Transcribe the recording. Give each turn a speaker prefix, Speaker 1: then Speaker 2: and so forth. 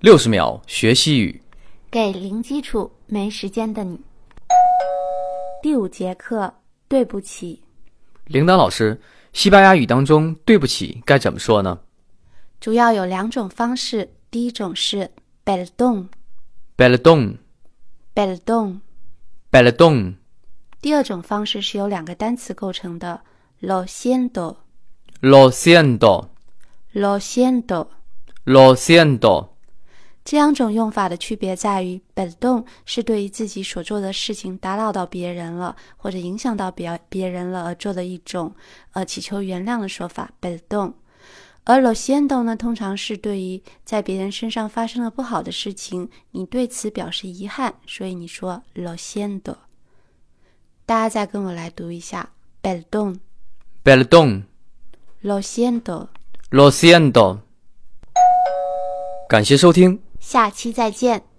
Speaker 1: 六十秒学西语。
Speaker 2: 给零基础、没时间的你。第五节课，对不起，
Speaker 1: 铃铛老师，西班牙语当中“对不起”该怎么说呢
Speaker 2: 主要有两种方式。第一种是 perdón，perdón；
Speaker 1: ？Perdón，perdón。
Speaker 2: 第二种方式是由两个单词构成的，lo siento，lo
Speaker 1: Lo siento，lo
Speaker 2: siento。
Speaker 1: siento。
Speaker 2: 这两种用法的区别在于，perdón 是对于自己所做的事情打扰到别人了，或者影响到别别人了而做的一种呃祈求原谅的说法，perdón。而 lo siento 呢，通常是对于在别人身上发生了不好的事情，你对此表示遗憾，所以你说 lo siento。大家再跟我来读一下，perdón，lo
Speaker 1: Perdón，lo
Speaker 2: siento。
Speaker 1: siento。感谢收听。
Speaker 2: 下期再见。